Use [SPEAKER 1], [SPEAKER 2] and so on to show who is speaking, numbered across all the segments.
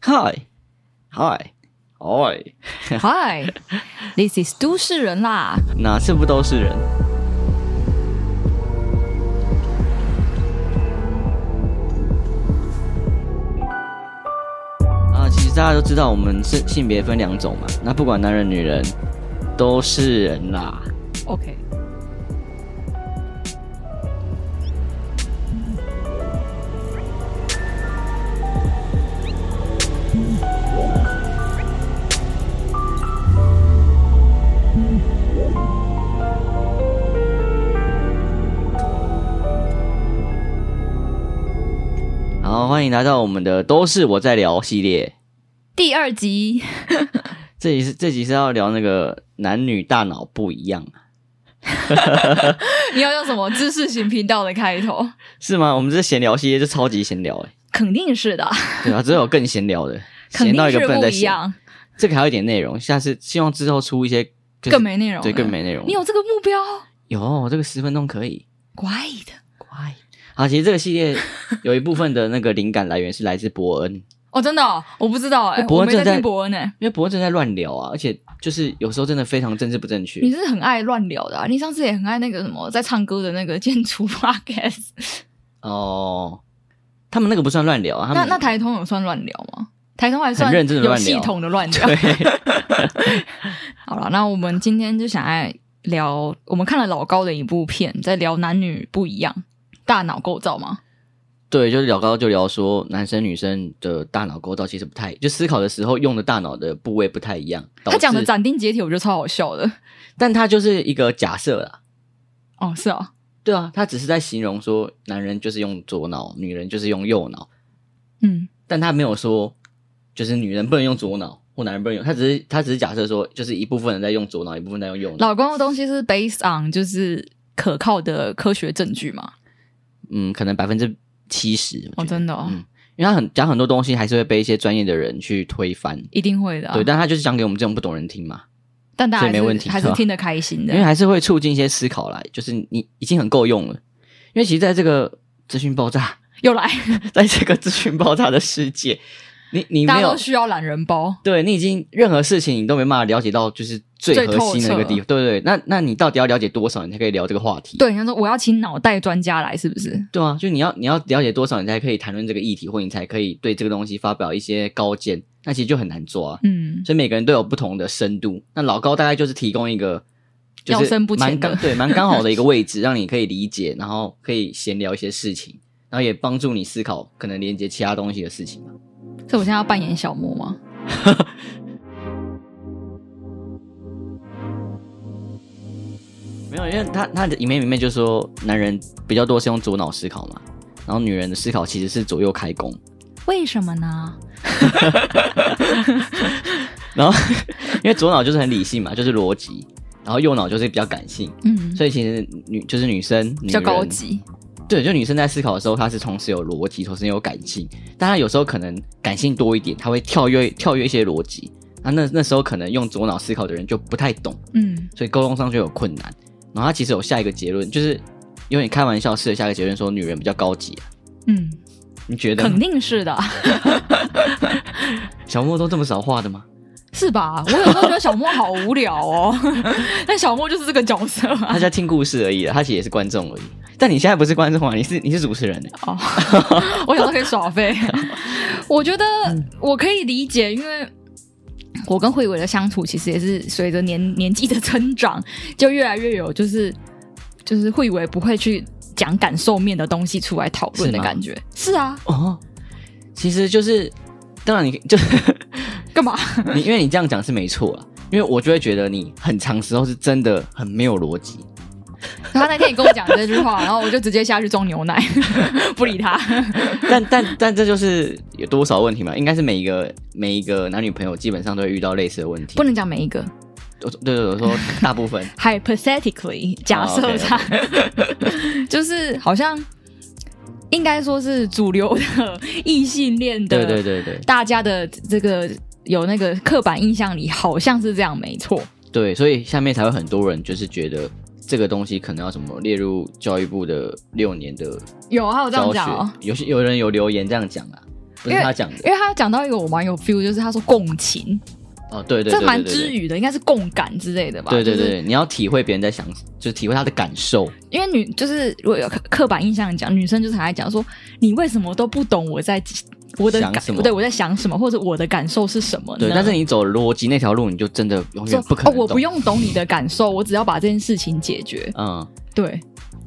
[SPEAKER 1] 嗨嗨嗨，
[SPEAKER 2] Hi, this is 都市人啦。
[SPEAKER 1] 哪次不都是人？啊，其实大家都知道，我们是性别分两种嘛。那不管男人女人，都是人啦。
[SPEAKER 2] OK，
[SPEAKER 1] 好，欢迎来到我们的都是我在聊系列。
[SPEAKER 2] 第二集，
[SPEAKER 1] 这集是这集是要聊那个男女大脑不一样，啊
[SPEAKER 2] 你要用什么知识型频道的开头？
[SPEAKER 1] 是吗？我们这闲聊系列就超级闲聊哎、
[SPEAKER 2] 肯定是的，
[SPEAKER 1] 对啊，只有更闲聊的，
[SPEAKER 2] 肯
[SPEAKER 1] 闲到
[SPEAKER 2] 定
[SPEAKER 1] 一个
[SPEAKER 2] 是
[SPEAKER 1] 不能
[SPEAKER 2] 不
[SPEAKER 1] 再
[SPEAKER 2] 一
[SPEAKER 1] 闲。
[SPEAKER 2] 样，
[SPEAKER 1] 这个还有一点内容，下次希望之后出一些、就是
[SPEAKER 2] 更没内容，
[SPEAKER 1] 对更。没内容。
[SPEAKER 2] 你有这个目标？
[SPEAKER 1] 有这个十分钟可以
[SPEAKER 2] 怪的
[SPEAKER 1] 乖。好，其实这个系列有一部分的那个灵感来源是来自伯恩，因
[SPEAKER 2] 哦，真的哦、我不知道哎、
[SPEAKER 1] 那伯
[SPEAKER 2] 我
[SPEAKER 1] 恩
[SPEAKER 2] 没在
[SPEAKER 1] 正在
[SPEAKER 2] 听伯恩哎、
[SPEAKER 1] 为伯恩正在乱聊啊，而且就是有时候真的非常政治不正确
[SPEAKER 2] 你。是很爱乱聊的、啊，你上次也很爱那个什么在唱歌的那个建筑 podcast，
[SPEAKER 1] 哦，他们那个不算乱聊啊，他
[SPEAKER 2] 那
[SPEAKER 1] 们
[SPEAKER 2] 那台通有算乱聊吗？台通还算
[SPEAKER 1] 很认真地
[SPEAKER 2] 有
[SPEAKER 1] 乱聊
[SPEAKER 2] 系统的乱 聊。
[SPEAKER 1] 对
[SPEAKER 2] 好了，那我们今天就想来聊，我们看了老高的一部片，在聊男女不一样，大脑构造嘛。
[SPEAKER 1] 对，就是聊高就聊说男生女生的大脑构造其实不太，就思考的时候用的大脑的部位不太一样。导
[SPEAKER 2] 他讲的
[SPEAKER 1] 致，
[SPEAKER 2] 斩钉截铁，我觉得超好笑的。
[SPEAKER 1] 但他就是一个假设啦，
[SPEAKER 2] 哦，是啊，
[SPEAKER 1] 对啊，他只是在形容说男人就是用左脑，女人就是用右脑，
[SPEAKER 2] 嗯，
[SPEAKER 1] 但他没有说就是女人不能用左脑或男人不能用，他只是他只是假设说就是一部分人在用左脑，一部分在用右脑。
[SPEAKER 2] 老公的东西是 based on 就是可靠的科学证据嘛。
[SPEAKER 1] 嗯，可能百分之七十。我
[SPEAKER 2] 哦，
[SPEAKER 1] 觉得
[SPEAKER 2] 真的、哦，
[SPEAKER 1] 嗯因为他很讲很多东西，还是会被一些专业的人去推翻。
[SPEAKER 2] 一定会的、啊。
[SPEAKER 1] 对，，但他就是讲给我们这种不懂人听嘛，
[SPEAKER 2] 但大家
[SPEAKER 1] 所以没
[SPEAKER 2] 还是
[SPEAKER 1] 问题
[SPEAKER 2] 还
[SPEAKER 1] 是
[SPEAKER 2] 是
[SPEAKER 1] 吧
[SPEAKER 2] 听得开心
[SPEAKER 1] 因为
[SPEAKER 2] 的。
[SPEAKER 1] 还是会促进一些思考来，就是你已经很够用了。因为其实在这个资讯爆炸，
[SPEAKER 2] 又来，
[SPEAKER 1] 在这个资讯爆炸的世界，你你
[SPEAKER 2] 大
[SPEAKER 1] 没
[SPEAKER 2] 家
[SPEAKER 1] 有
[SPEAKER 2] 都需要懒人包。
[SPEAKER 1] 对你已经任何事情你都没办法了解到，就是最
[SPEAKER 2] 最
[SPEAKER 1] 核心的那个
[SPEAKER 2] 透彻
[SPEAKER 1] 地方。对对，对那那你到底要了解多少，你才可以聊这个话题？
[SPEAKER 2] 对，人家说我要请脑袋专家来，是不是？
[SPEAKER 1] 对啊，就你要你要了解多少，你才可以谈论这个议题，或你才可以对这个东西发表一些高见。那其实就很难做啊。
[SPEAKER 2] 嗯，
[SPEAKER 1] 所以每个人都有不同的深度。那老高大概就是提供一个，就
[SPEAKER 2] 要
[SPEAKER 1] 是
[SPEAKER 2] 深不浅
[SPEAKER 1] 蛮
[SPEAKER 2] 的
[SPEAKER 1] 刚对蛮刚好 的一个位置，让你可以理解，然后可以闲聊一些事情，然后也帮助你思考可能连接其他东西的事情嘛。
[SPEAKER 2] 所以我现在要扮演小莫吗？
[SPEAKER 1] 没有，因为他他的影片里面就说，男人比较多是用左脑思考嘛，然后女人的思考其实是左右开弓。
[SPEAKER 2] 为什么呢？
[SPEAKER 1] 然后 因为左脑就是很理性嘛，就是逻辑，然后右脑就是比较感性，
[SPEAKER 2] 嗯，
[SPEAKER 1] 所以其实女就是女生
[SPEAKER 2] 比较
[SPEAKER 1] 女人
[SPEAKER 2] 高级。
[SPEAKER 1] 对，就女生在思考的时候，她是同时有逻辑，同时有感性，但她有时候可能感性多一点，她会跳跃跳跃一些逻辑。那那那时候可能用左脑思考的人就不太懂，
[SPEAKER 2] 嗯，
[SPEAKER 1] 所以沟通上就有困难。然后他其实有下一个结论，就是有点开玩笑式的下一个结论说女人比较高级、啊，
[SPEAKER 2] 嗯，
[SPEAKER 1] 你觉得
[SPEAKER 2] 肯定是的，
[SPEAKER 1] 小莫都这么少话的吗？
[SPEAKER 2] 是吧？我有时候觉得小莫好无聊 哦，但小莫就是这个角色啊
[SPEAKER 1] 他。在听故事而已啊，他其实也是观众而已。但你现在不是观众啊，你是你是主持人、欸，
[SPEAKER 2] 哦，我想说可以耍 废。我觉得我可以理解，因为我跟慧伟的相处其实也是随着年年纪的增长，就越来越有就是就是慧伟不会去讲感受面的东西出来讨论
[SPEAKER 1] 是
[SPEAKER 2] 的
[SPEAKER 1] 吗
[SPEAKER 2] 感觉。是啊，
[SPEAKER 1] 哦，其实就是，当然你 就
[SPEAKER 2] 干嘛？
[SPEAKER 1] 你因为你这样讲是没错啦，因为我就会觉得你很长时候是真的很没有逻辑，
[SPEAKER 2] 他那天也跟我讲这句话，然后我就直接下去装牛奶， 不理他。
[SPEAKER 1] 但但但这就是有多少问题嘛？应该是每一个每一个男女朋友基本上都会遇到类似的问题
[SPEAKER 2] 不。能讲每一个
[SPEAKER 1] 我对对对，我说大部 分哦
[SPEAKER 2] ，hypothetically 假设他， 就是好像应该说是主流的异性恋的，
[SPEAKER 1] 对对对对
[SPEAKER 2] 大家的这个有那个刻板印象里好像是这样，没错。
[SPEAKER 1] 对，所以下面才会很多人就是觉得这个东西可能要什么列入教育部的六年的
[SPEAKER 2] 有啊，我这样
[SPEAKER 1] 教
[SPEAKER 2] 讲
[SPEAKER 1] 学
[SPEAKER 2] 哦。，
[SPEAKER 1] 有些有人有留言这样讲啊，不是他讲的
[SPEAKER 2] 因为他讲到一个我蛮有 feel，就是他说共情，
[SPEAKER 1] 哦，对对对，
[SPEAKER 2] 这蛮
[SPEAKER 1] 对
[SPEAKER 2] 知。语的，应该是共感之类的吧？
[SPEAKER 1] 对对对
[SPEAKER 2] 就是嗯
[SPEAKER 1] 对对，你要体会别人在想，就是体会他的感受。
[SPEAKER 2] 因为女就是如果有刻刻板印象讲，女生就是很爱讲说你为什么都不懂我在我的
[SPEAKER 1] 想
[SPEAKER 2] 感
[SPEAKER 1] 什么
[SPEAKER 2] 对我在想什么，或者我的感受是什么呢？
[SPEAKER 1] 对，但是你走逻辑那条路，你就真的永
[SPEAKER 2] 说
[SPEAKER 1] 远不可
[SPEAKER 2] 哦
[SPEAKER 1] 能，懂。
[SPEAKER 2] 我不用懂你的 感受，我只要把这件事情解决。
[SPEAKER 1] 嗯，
[SPEAKER 2] 对，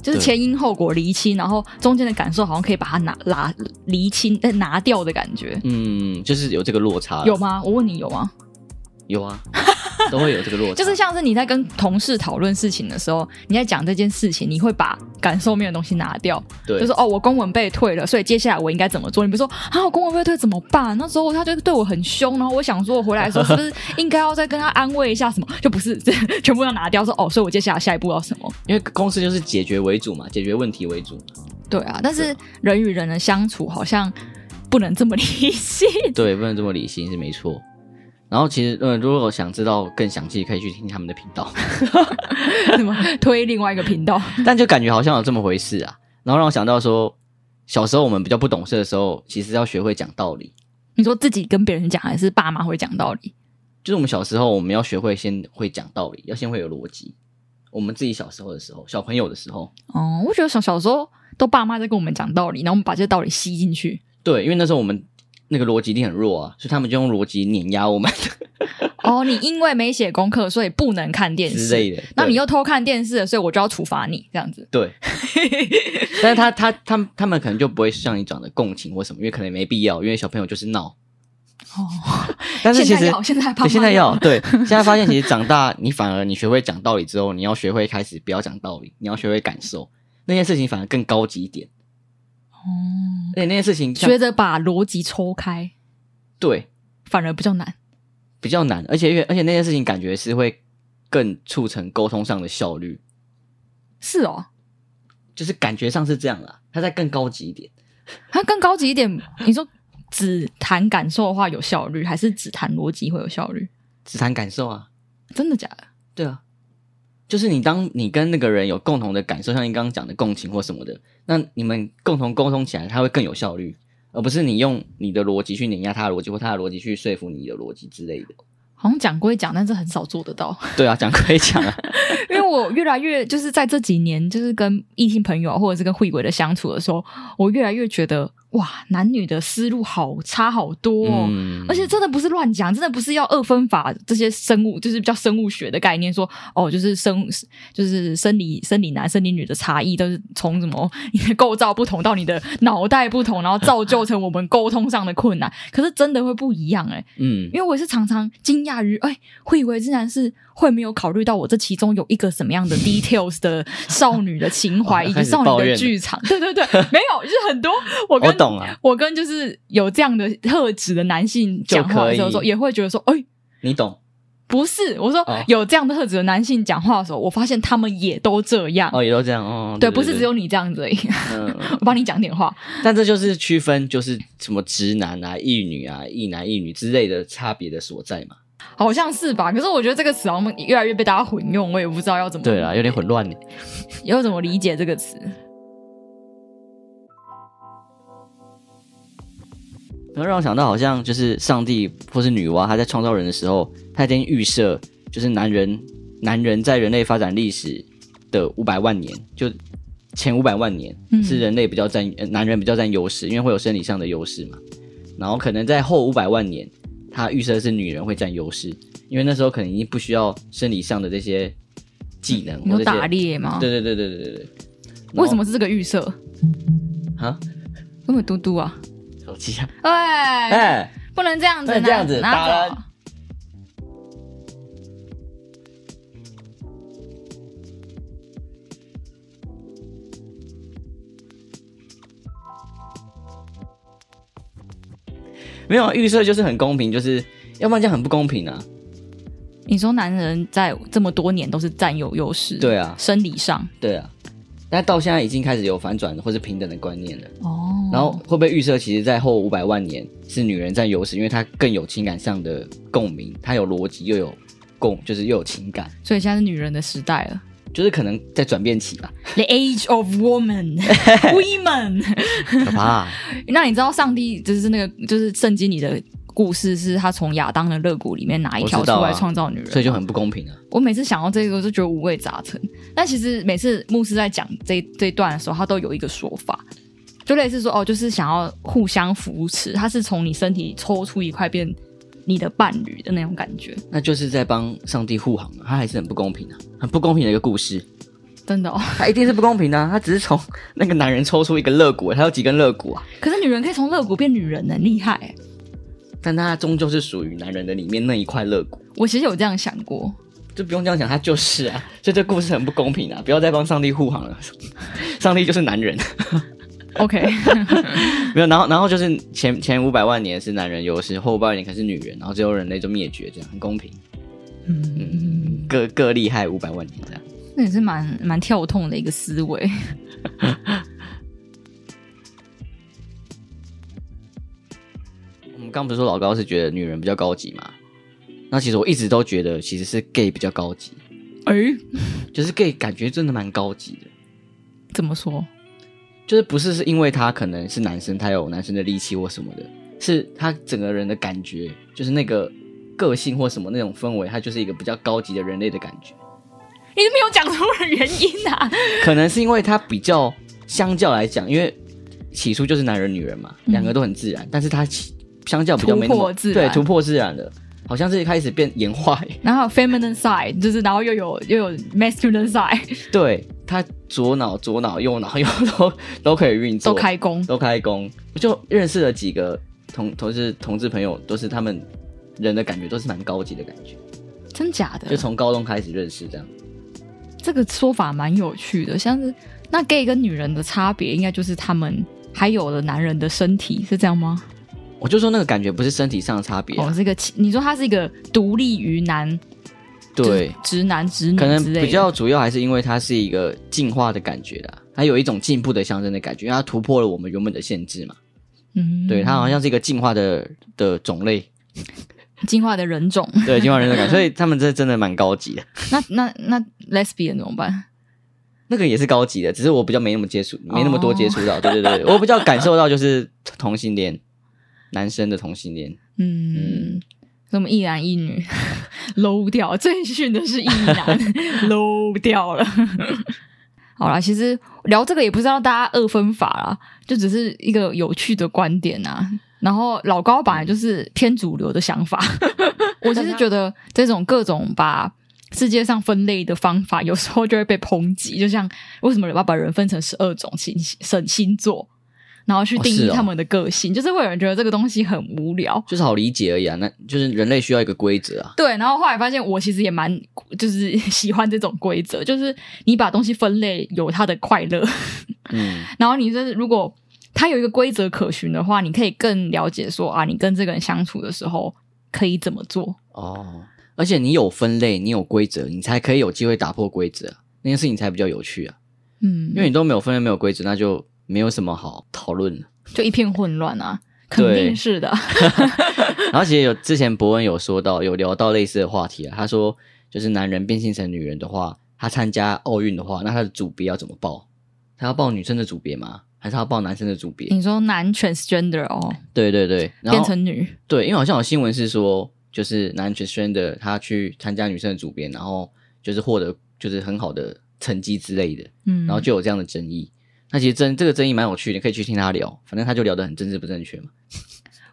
[SPEAKER 2] 就是
[SPEAKER 1] 对
[SPEAKER 2] 前因后果厘清，然后中间的感受好像可以把它拿拉厘清、呃、拿掉的感觉，
[SPEAKER 1] 嗯，就是有这个落差，
[SPEAKER 2] 有吗？我问你有吗？
[SPEAKER 1] 有啊， 都会有这个落差，
[SPEAKER 2] 就是像是你在跟同事讨论事情的时候，你在讲这件事情，你会把感受面的东西拿掉，
[SPEAKER 1] 对，
[SPEAKER 2] 就是哦，我公文被退了，所以接下来我应该怎么做？你比如说啊，我公文被退怎么办？那时候他就对我很凶，然后我想说，我回来的时候是不是应该要再跟他安慰一下什么？就不是，这 全部要拿掉。说哦，所以我接下来下一步要什么？
[SPEAKER 1] 因为公司就是解决为主嘛，解决问题为主。
[SPEAKER 2] 对啊，但是人与人的相处好像不能这么理性。
[SPEAKER 1] 对，不能这么理性是没错。然后其实，嗯，如果想知道更详细，可以去听他们的频道。
[SPEAKER 2] 什么推另外一个频 道？
[SPEAKER 1] 但就感觉好像有这么回事啊。然后让我想到说，小时候我们比较不懂事的时候，其实要学会讲道理。
[SPEAKER 2] 你说自己跟别人讲，还是爸妈会讲道理？
[SPEAKER 1] 就是我们小时候，我们要学会先会讲道理，要先会有逻辑。我们自己小时候的时候，小朋友的时候，
[SPEAKER 2] 哦，我觉得小小时候都爸妈在跟我们讲道理，然后我们把这些道理吸进去。
[SPEAKER 1] 对，因为那时候我们那个逻辑力很弱啊，所以他们就用逻辑碾压我们
[SPEAKER 2] 哦，你因为没写功课，所以不能看电
[SPEAKER 1] 之
[SPEAKER 2] 视。
[SPEAKER 1] 类的。
[SPEAKER 2] 那你
[SPEAKER 1] 对
[SPEAKER 2] 又偷看电视了，所以我就要处罚你这样子。
[SPEAKER 1] 对，但是他他他们他们可能就不会像你讲的共情或什么，因为可能没必要，因为小朋友就是闹。
[SPEAKER 2] 哦，
[SPEAKER 1] 但是其
[SPEAKER 2] 现在
[SPEAKER 1] 实
[SPEAKER 2] 要，现在怕
[SPEAKER 1] 对，现在要对，现在发现其实长大，你反而你学会讲道理之后，你要学会开始不要讲道理，你要学会感受那件事情，反而更高级一点。
[SPEAKER 2] 哦，
[SPEAKER 1] 而且那件事情像
[SPEAKER 2] 学着把逻辑抽开，
[SPEAKER 1] 对
[SPEAKER 2] 反而比较难。
[SPEAKER 1] 比较难，而且越而且那件事情感觉是会更促成沟通上的效率，
[SPEAKER 2] 是哦，
[SPEAKER 1] 就是感觉上是这样啦，它再更高级一点。
[SPEAKER 2] 它更高级一点。你说只谈感受的话有效率，还是只谈逻辑会有效率？
[SPEAKER 1] 只谈感受啊，
[SPEAKER 2] 真的假的？
[SPEAKER 1] 对啊，就是你当你跟那个人有共同的感受，像你刚刚讲的共情或什么的，那你们共同沟通起来，它会更有效率，而不是你用你的逻辑去碾压他的逻辑，或他的逻辑去说服你的逻辑之类的。
[SPEAKER 2] 好像讲归讲，但是很少做得到。
[SPEAKER 1] 对啊，讲可以讲啊，
[SPEAKER 2] 因为我越来越就是在这几年，就是跟异性朋友或者是跟慧鬼的相处的时候，我越来越觉得哇，男女的思路好差好多 哦。
[SPEAKER 1] 嗯，
[SPEAKER 2] 而且真的不是乱讲，真的不是要二分法这些生物，就是比较生物学的概念说哦，就是生就是生理生理男生理女的差异，都是从什么你的构造不同到你的脑袋不同，然后造就成我们沟通上的困难。可是真的会不一样哎、
[SPEAKER 1] 嗯，
[SPEAKER 2] 因为我也是常常惊讶于，哎，会以为竟然是会没有考虑到我这其中有一个什么样的 details 的少女的情怀，
[SPEAKER 1] 哦
[SPEAKER 2] 以
[SPEAKER 1] 开
[SPEAKER 2] 及
[SPEAKER 1] 始
[SPEAKER 2] 少
[SPEAKER 1] 抱怨
[SPEAKER 2] 女的
[SPEAKER 1] 了
[SPEAKER 2] 剧场。对对对，没有，就是很 多我跟
[SPEAKER 1] 我懂啊，
[SPEAKER 2] 我跟就是有这样的特质的男性
[SPEAKER 1] 就
[SPEAKER 2] 讲话
[SPEAKER 1] 可
[SPEAKER 2] 的时候
[SPEAKER 1] 以
[SPEAKER 2] 说，也会觉得说，哎，
[SPEAKER 1] 你懂
[SPEAKER 2] 不是，我说
[SPEAKER 1] 哦
[SPEAKER 2] 有这样的特质的男性讲话的时候，我发现他们也都这样。
[SPEAKER 1] 哦，也都这样哦。
[SPEAKER 2] 对，
[SPEAKER 1] 对，
[SPEAKER 2] 不是只有你这样子而已。
[SPEAKER 1] 嗯，嗯
[SPEAKER 2] 我帮你讲点话，
[SPEAKER 1] 但这就是区分，就是什么直男啊、异女啊、异男异女之类的差别的所在嘛。
[SPEAKER 2] 好像是吧？可是我觉得这个词好像越来越被大家混用，我也不知道要怎么
[SPEAKER 1] 对啦，啊有点混乱呢。
[SPEAKER 2] 要怎么理解这个词。
[SPEAKER 1] 然后让我想到，好像就是上帝或是女娲，她在创造人的时候，她已经预设，就是男人，男人在人类发展历史的五百万年，就前五百万年
[SPEAKER 2] 嗯
[SPEAKER 1] 是人类比较占，呃男人比较占优势，因为会有生理上的优势嘛。然后可能在后五百万年，她预设是女人会占优势，因为那时候可能已经不需要生理上的这些技能
[SPEAKER 2] 你
[SPEAKER 1] 或
[SPEAKER 2] 有
[SPEAKER 1] 这
[SPEAKER 2] 打
[SPEAKER 1] 些。
[SPEAKER 2] 猎吗？
[SPEAKER 1] 对对对对对对对。
[SPEAKER 2] 为什么是这个预设？
[SPEAKER 1] 啊？
[SPEAKER 2] 因为嘟嘟啊，
[SPEAKER 1] 手机啊？
[SPEAKER 2] 哎、
[SPEAKER 1] 哎，
[SPEAKER 2] 不能这样
[SPEAKER 1] 不
[SPEAKER 2] 子拿，
[SPEAKER 1] 能这样子
[SPEAKER 2] 拿
[SPEAKER 1] 打
[SPEAKER 2] 走
[SPEAKER 1] 人没有啊预设就是很公平，就是要不然这样很不公平啊。
[SPEAKER 2] 你说男人在这么多年都是占有优势，
[SPEAKER 1] 对啊
[SPEAKER 2] 生理上
[SPEAKER 1] 对啊，但到现在已经开始有反转或是平等的观念了。
[SPEAKER 2] 哦
[SPEAKER 1] 然后会不会预设，其实在后五百万年是女人占优势，因为她更有情感上的共鸣，她有逻辑又有共，就是又有情感。
[SPEAKER 2] 所以现在是女人的时代了，
[SPEAKER 1] 就是可能在转变期 吧，
[SPEAKER 2] The Age of Woman Women。
[SPEAKER 1] 可怕、
[SPEAKER 2] 那你知道上帝就是那个就是圣经里的故事，是他从亚当的肋骨里面拿一条
[SPEAKER 1] 我知
[SPEAKER 2] 出
[SPEAKER 1] 道啊
[SPEAKER 2] 来创造女人，
[SPEAKER 1] 所以就很不公平啊。
[SPEAKER 2] 我每次想到这个，我就觉得五味杂陈。但其实每次牧师在讲这这一段的时候，他都有一个说法，就类似说哦，就是想要互相扶持，他是从你身体抽出一块变你的伴侣的那种感觉，
[SPEAKER 1] 那就是在帮上帝护航、啊，他还是很不公平啊，很不公平的一个故事。
[SPEAKER 2] 真的哦。
[SPEAKER 1] 他一定是不公平的啊、他只是从那个男人抽出一个肋骨，他有几根肋骨啊？
[SPEAKER 2] 可是女人可以从肋骨变女人，很厉害欸。
[SPEAKER 1] 但他终究是属于男人的里面那一块肋骨，
[SPEAKER 2] 我其实有这样想过，
[SPEAKER 1] 就不用这样想，他就是啊。所以这故事很不公平啊！不要再帮上帝护航了， 上帝就是男人。
[SPEAKER 2] OK，
[SPEAKER 1] 没有，然后然后就是前前五百万年是男人优势，后五百万年可是女人，然后最后人类就灭绝，这样很公平，
[SPEAKER 2] 嗯，
[SPEAKER 1] 各各厉害五百万年这样。
[SPEAKER 2] 那也是蛮蛮跳痛的一个思维。
[SPEAKER 1] 我们刚不是说老高是觉得女人比较高级嘛？那其实我一直都觉得其实是 gay 比较高级，
[SPEAKER 2] 哎、
[SPEAKER 1] 就是 gay 感觉真的蛮高级的，
[SPEAKER 2] 怎么说？
[SPEAKER 1] 就是不是是因为他可能是男生，他有男生的力气或什么的，是他整个人的感觉，就是那个个性或什么那种氛围，他就是一个比较高级的人类的感觉。
[SPEAKER 2] 你没有讲出我的原因啊？
[SPEAKER 1] 可能是因为他比较相较来讲，因为起初就是男人女人嘛，
[SPEAKER 2] 嗯
[SPEAKER 1] 两个都很自然，但是他起相较比较没那么
[SPEAKER 2] 突破自然
[SPEAKER 1] 对突破自然的，好像是开始变演化，
[SPEAKER 2] 然后有 feminine side，就是然后又有又有 masculine side，
[SPEAKER 1] 对他左脑左脑右脑 右都都可以运作，
[SPEAKER 2] 都开工。
[SPEAKER 1] 都开工。我就认识了几个同同事同志朋友，都是他们人的感觉都是蛮高级的感觉，
[SPEAKER 2] 真假
[SPEAKER 1] 就
[SPEAKER 2] 的？
[SPEAKER 1] 从高中开始认识这样。
[SPEAKER 2] 这个说法蛮有趣的，像是那 gay 跟女人的差别，应该就是他们还有了男人的身体，是这样吗？
[SPEAKER 1] 我就说那个感觉不是身体上的差别啊、
[SPEAKER 2] 哦，这个其你说他是一个独立于男，
[SPEAKER 1] 对
[SPEAKER 2] 就，是直男直女
[SPEAKER 1] 可能
[SPEAKER 2] 之类的，
[SPEAKER 1] 比较主要还是因为它是一个进化的感觉啦，它有一种进步的象征的感觉，因为它突破了我们原本的限制嘛。
[SPEAKER 2] 嗯，
[SPEAKER 1] 对，它好像是一个进化的的种类，
[SPEAKER 2] 进化的人种。
[SPEAKER 1] 对，进化人的感觉，所以他们这真的蛮高级的。
[SPEAKER 2] 那那那 lesbian 怎么办？
[SPEAKER 1] 那个也是高级的，只是我比较没那么接触，没那么多
[SPEAKER 2] 哦
[SPEAKER 1] 接触到。对对对，我比较感受到就是同性恋，男生的同性恋。
[SPEAKER 2] 嗯，什么一男一女 low 掉， 最逊的是一男 low 掉了。 好啦，其实聊这个也不是让大家二分法啦，就只是一个有趣的观点啊。然后老高本来就是偏主流的想法， 我就是觉得这种各种把世界上分类的方法，有时候就会被抨击。就像为什么要把人分成十二种星神星座，然后去
[SPEAKER 1] 哦
[SPEAKER 2] 定
[SPEAKER 1] 是
[SPEAKER 2] 义
[SPEAKER 1] 哦
[SPEAKER 2] 他们的个性，就是会有人觉得这个东西很无聊。
[SPEAKER 1] 就是好理解而已啊，那就是人类需要一个规则啊，
[SPEAKER 2] 对，然后后来发现我其实也蛮就是 喜欢这种规则，就是你把东西分类有它的快乐，
[SPEAKER 1] 嗯，
[SPEAKER 2] 然后你就是如果它有一个规则可循的话，你可以更了解说啊，你跟这个人相处的时候可以怎么做。
[SPEAKER 1] 哦，而且你有分类，你有规则，你才可以有机会打破规则啊，那件事情才比较有趣啊。
[SPEAKER 2] 嗯，
[SPEAKER 1] 因为你都没有分类，没有规则，那就没有什么好讨论了。
[SPEAKER 2] 就一片混乱啊，肯
[SPEAKER 1] 对
[SPEAKER 2] 定 是的。
[SPEAKER 1] 然后其实有之前伯恩有说到，有聊到类似的话题啊。他说，就是男人变性成女人的话，他参加奥运的话，那他的组别要怎么报？他要报女生的组别吗？还是他要报男生的组别？
[SPEAKER 2] 你说男 transgender 哦，
[SPEAKER 1] 对对对，然
[SPEAKER 2] 嗯变
[SPEAKER 1] 后
[SPEAKER 2] 成女，
[SPEAKER 1] 对，因为好像有新闻是说，就是男 transgender 他去参加女生的组别，然后就是获得就是很好的成绩之类的。
[SPEAKER 2] 嗯，
[SPEAKER 1] 然后就有这样的争议。那其实争这个争议蛮有趣的，你可以去听他聊，反正他就聊得很政治不正确嘛。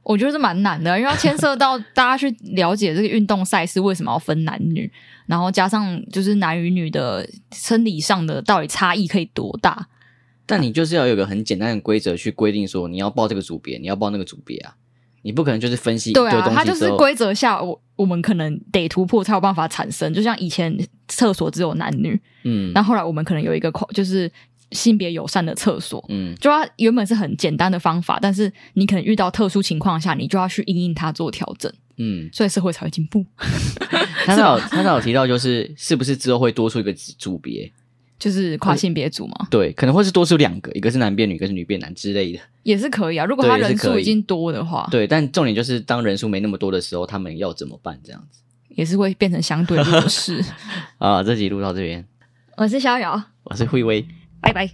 [SPEAKER 2] 我觉得是蛮难 的，因为要牵涉到大家去了解这个运动赛事为什么要分男女，然后加上就是男与女的生理上的到底差异可以多大。
[SPEAKER 1] 但你就是要有一个很简单的规则去规定说，你要报这个组别，你要报那个组别啊，你不可能就是分析一堆
[SPEAKER 2] 对
[SPEAKER 1] 东
[SPEAKER 2] 啊，它
[SPEAKER 1] 西
[SPEAKER 2] 就
[SPEAKER 1] 之
[SPEAKER 2] 是
[SPEAKER 1] 后，
[SPEAKER 2] 规则下，我我们可能得突破才有办法产生。就像以前厕所只有男女，
[SPEAKER 1] 嗯
[SPEAKER 2] 那后来我们可能有一个跨就是性别友善的厕所，
[SPEAKER 1] 嗯，
[SPEAKER 2] 就它原本是很简单的方法，但是你可能遇到特殊情况下，你就要去因应它做调整，
[SPEAKER 1] 嗯，
[SPEAKER 2] 所以社会才会进步。
[SPEAKER 1] 他倒有他倒有提到，就是是不是之后会多出一个组组别？
[SPEAKER 2] 就是跨性别组嘛，
[SPEAKER 1] 对，可能会是多出两个，一个是男变女，一个是女变男之类的。
[SPEAKER 2] 也是可以啊。如果
[SPEAKER 1] 对
[SPEAKER 2] 他
[SPEAKER 1] 也是
[SPEAKER 2] 人
[SPEAKER 1] 可
[SPEAKER 2] 数
[SPEAKER 1] 以
[SPEAKER 2] 已经多的话，
[SPEAKER 1] 对，但重点就是当人数没那么多的时候，他们要怎么办？这样子
[SPEAKER 2] 也是会变成相对弱势。
[SPEAKER 1] 啊，这集录到这边， 我是逍遥，
[SPEAKER 2] 我是慧威。
[SPEAKER 1] 拜拜。